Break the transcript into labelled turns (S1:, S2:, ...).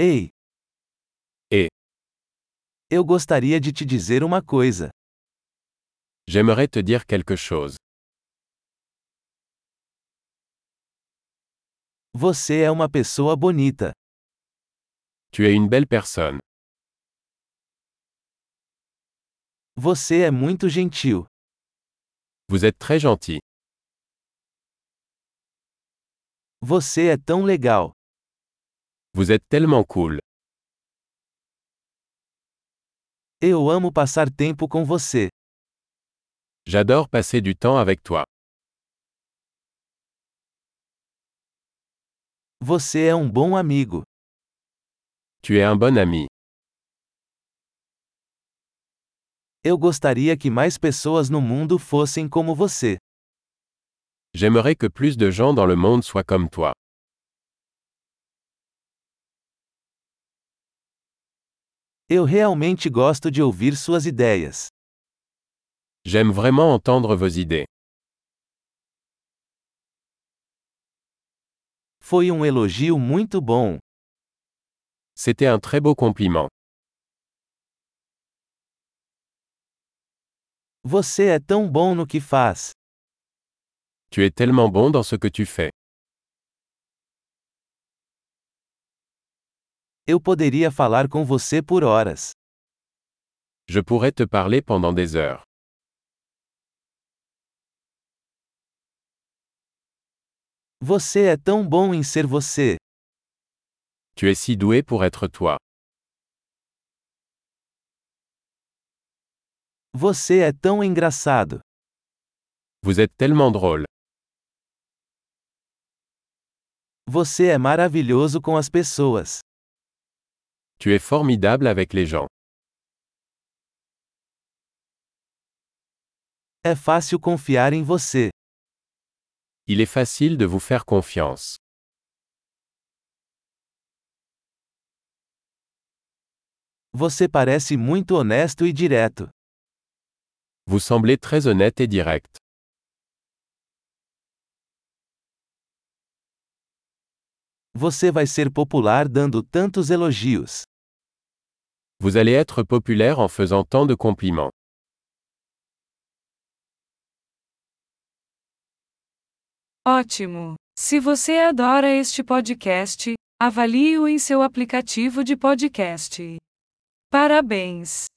S1: Ei!
S2: Et?
S1: Eu gostaria de te dizer uma coisa.
S2: J'aimerais te dire quelque chose.
S1: Você é uma pessoa bonita.
S2: Tu es une belle personne.
S1: Você é muito gentil.
S2: Vous êtes très gentil.
S1: Você é tão legal.
S2: Vous êtes tellement cool.
S1: Eu amo passar tempo com você.
S2: J'adore passer du temps avec toi.
S1: Você é um bom amigo.
S2: Tu es un bon ami.
S1: Eu gostaria que mais pessoas no mundo fossem como você.
S2: J'aimerais que plus de gens dans le monde soient comme toi.
S1: Eu realmente gosto de ouvir suas ideias.
S2: J'aime vraiment entendre vos idées.
S1: Foi um elogio muito bom.
S2: C'était un très beau compliment.
S1: Você é tão bom no que faz.
S2: Tu es tellement bon dans ce que tu fais.
S1: Eu poderia falar com você por horas.
S2: Je pourrais te parler pendant des heures.
S1: Você é tão bom em ser você.
S2: Tu es si doué pour être toi.
S1: Você é tão engraçado.
S2: Vous êtes tellement drôle.
S1: Você é maravilhoso com as pessoas.
S2: Tu es formidable avec les gens.
S1: É fácil confiar em você.
S2: Il est facile de vous faire confiance.
S1: Você parece muito honesto e direto.
S2: Vous semblez très honnête et direct.
S1: Você vai ser popular dando tantos elogios.
S2: Vous allez être populaire en faisant tant de compliments.
S3: Ótimo! Se você adora este podcast, avalie-o em seu aplicativo de podcast. Parabéns!